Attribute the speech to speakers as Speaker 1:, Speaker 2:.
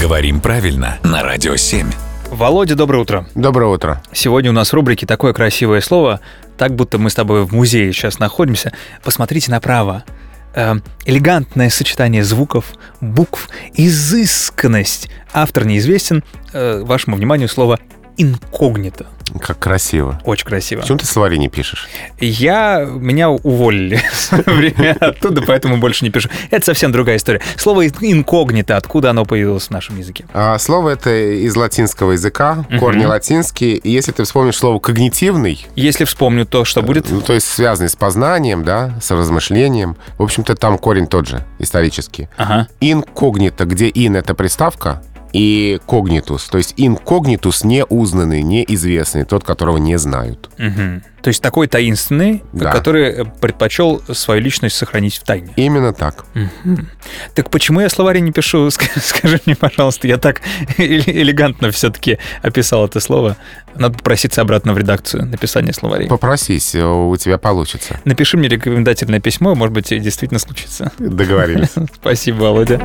Speaker 1: Говорим правильно на Радио 7.
Speaker 2: Володя, доброе утро.
Speaker 3: Доброе утро.
Speaker 2: Сегодня у нас в рубрике такое красивое слово, так будто мы с тобой в музее сейчас находимся. Посмотрите направо. Э, элегантное сочетание звуков, букв, изысканность. Автор неизвестен. Э, вашему вниманию слово инкогнито.
Speaker 3: Как красиво.
Speaker 2: Очень красиво.
Speaker 3: Почему ты словари не пишешь?
Speaker 2: Я... Меня уволили в своё время оттуда, поэтому больше не пишу. Это совсем другая история. Слово инкогнито, откуда оно появилось в нашем языке?
Speaker 3: А, слово это из латинского языка, корни латинские. И если ты вспомнишь слово когнитивный,
Speaker 2: Если вспомню то, что будет...
Speaker 3: ну, то есть связанный с познанием, да, с размышлением, в общем-то там корень тот же исторически.
Speaker 2: Ага.
Speaker 3: Инкогнито, где ин это приставка, и когнитус, то есть инкогнитус неузнанный, неизвестный, тот, которого не знают.
Speaker 2: Мгм. То есть такой таинственный,
Speaker 3: Да.
Speaker 2: который э, предпочел свою личность сохранить в тайне.
Speaker 3: Именно так.
Speaker 2: Так почему я словари не пишу? Ск- Скажи мне, пожалуйста, я так эле- элегантно все-таки описал это слово. Надо попроситься обратно в редакцию написания словарей.
Speaker 3: Попросись, э, у тебя получится.
Speaker 2: Напиши мне рекомендательное письмо, может быть, и действительно случится.
Speaker 3: Договорились.
Speaker 2: Спасибо, Володя.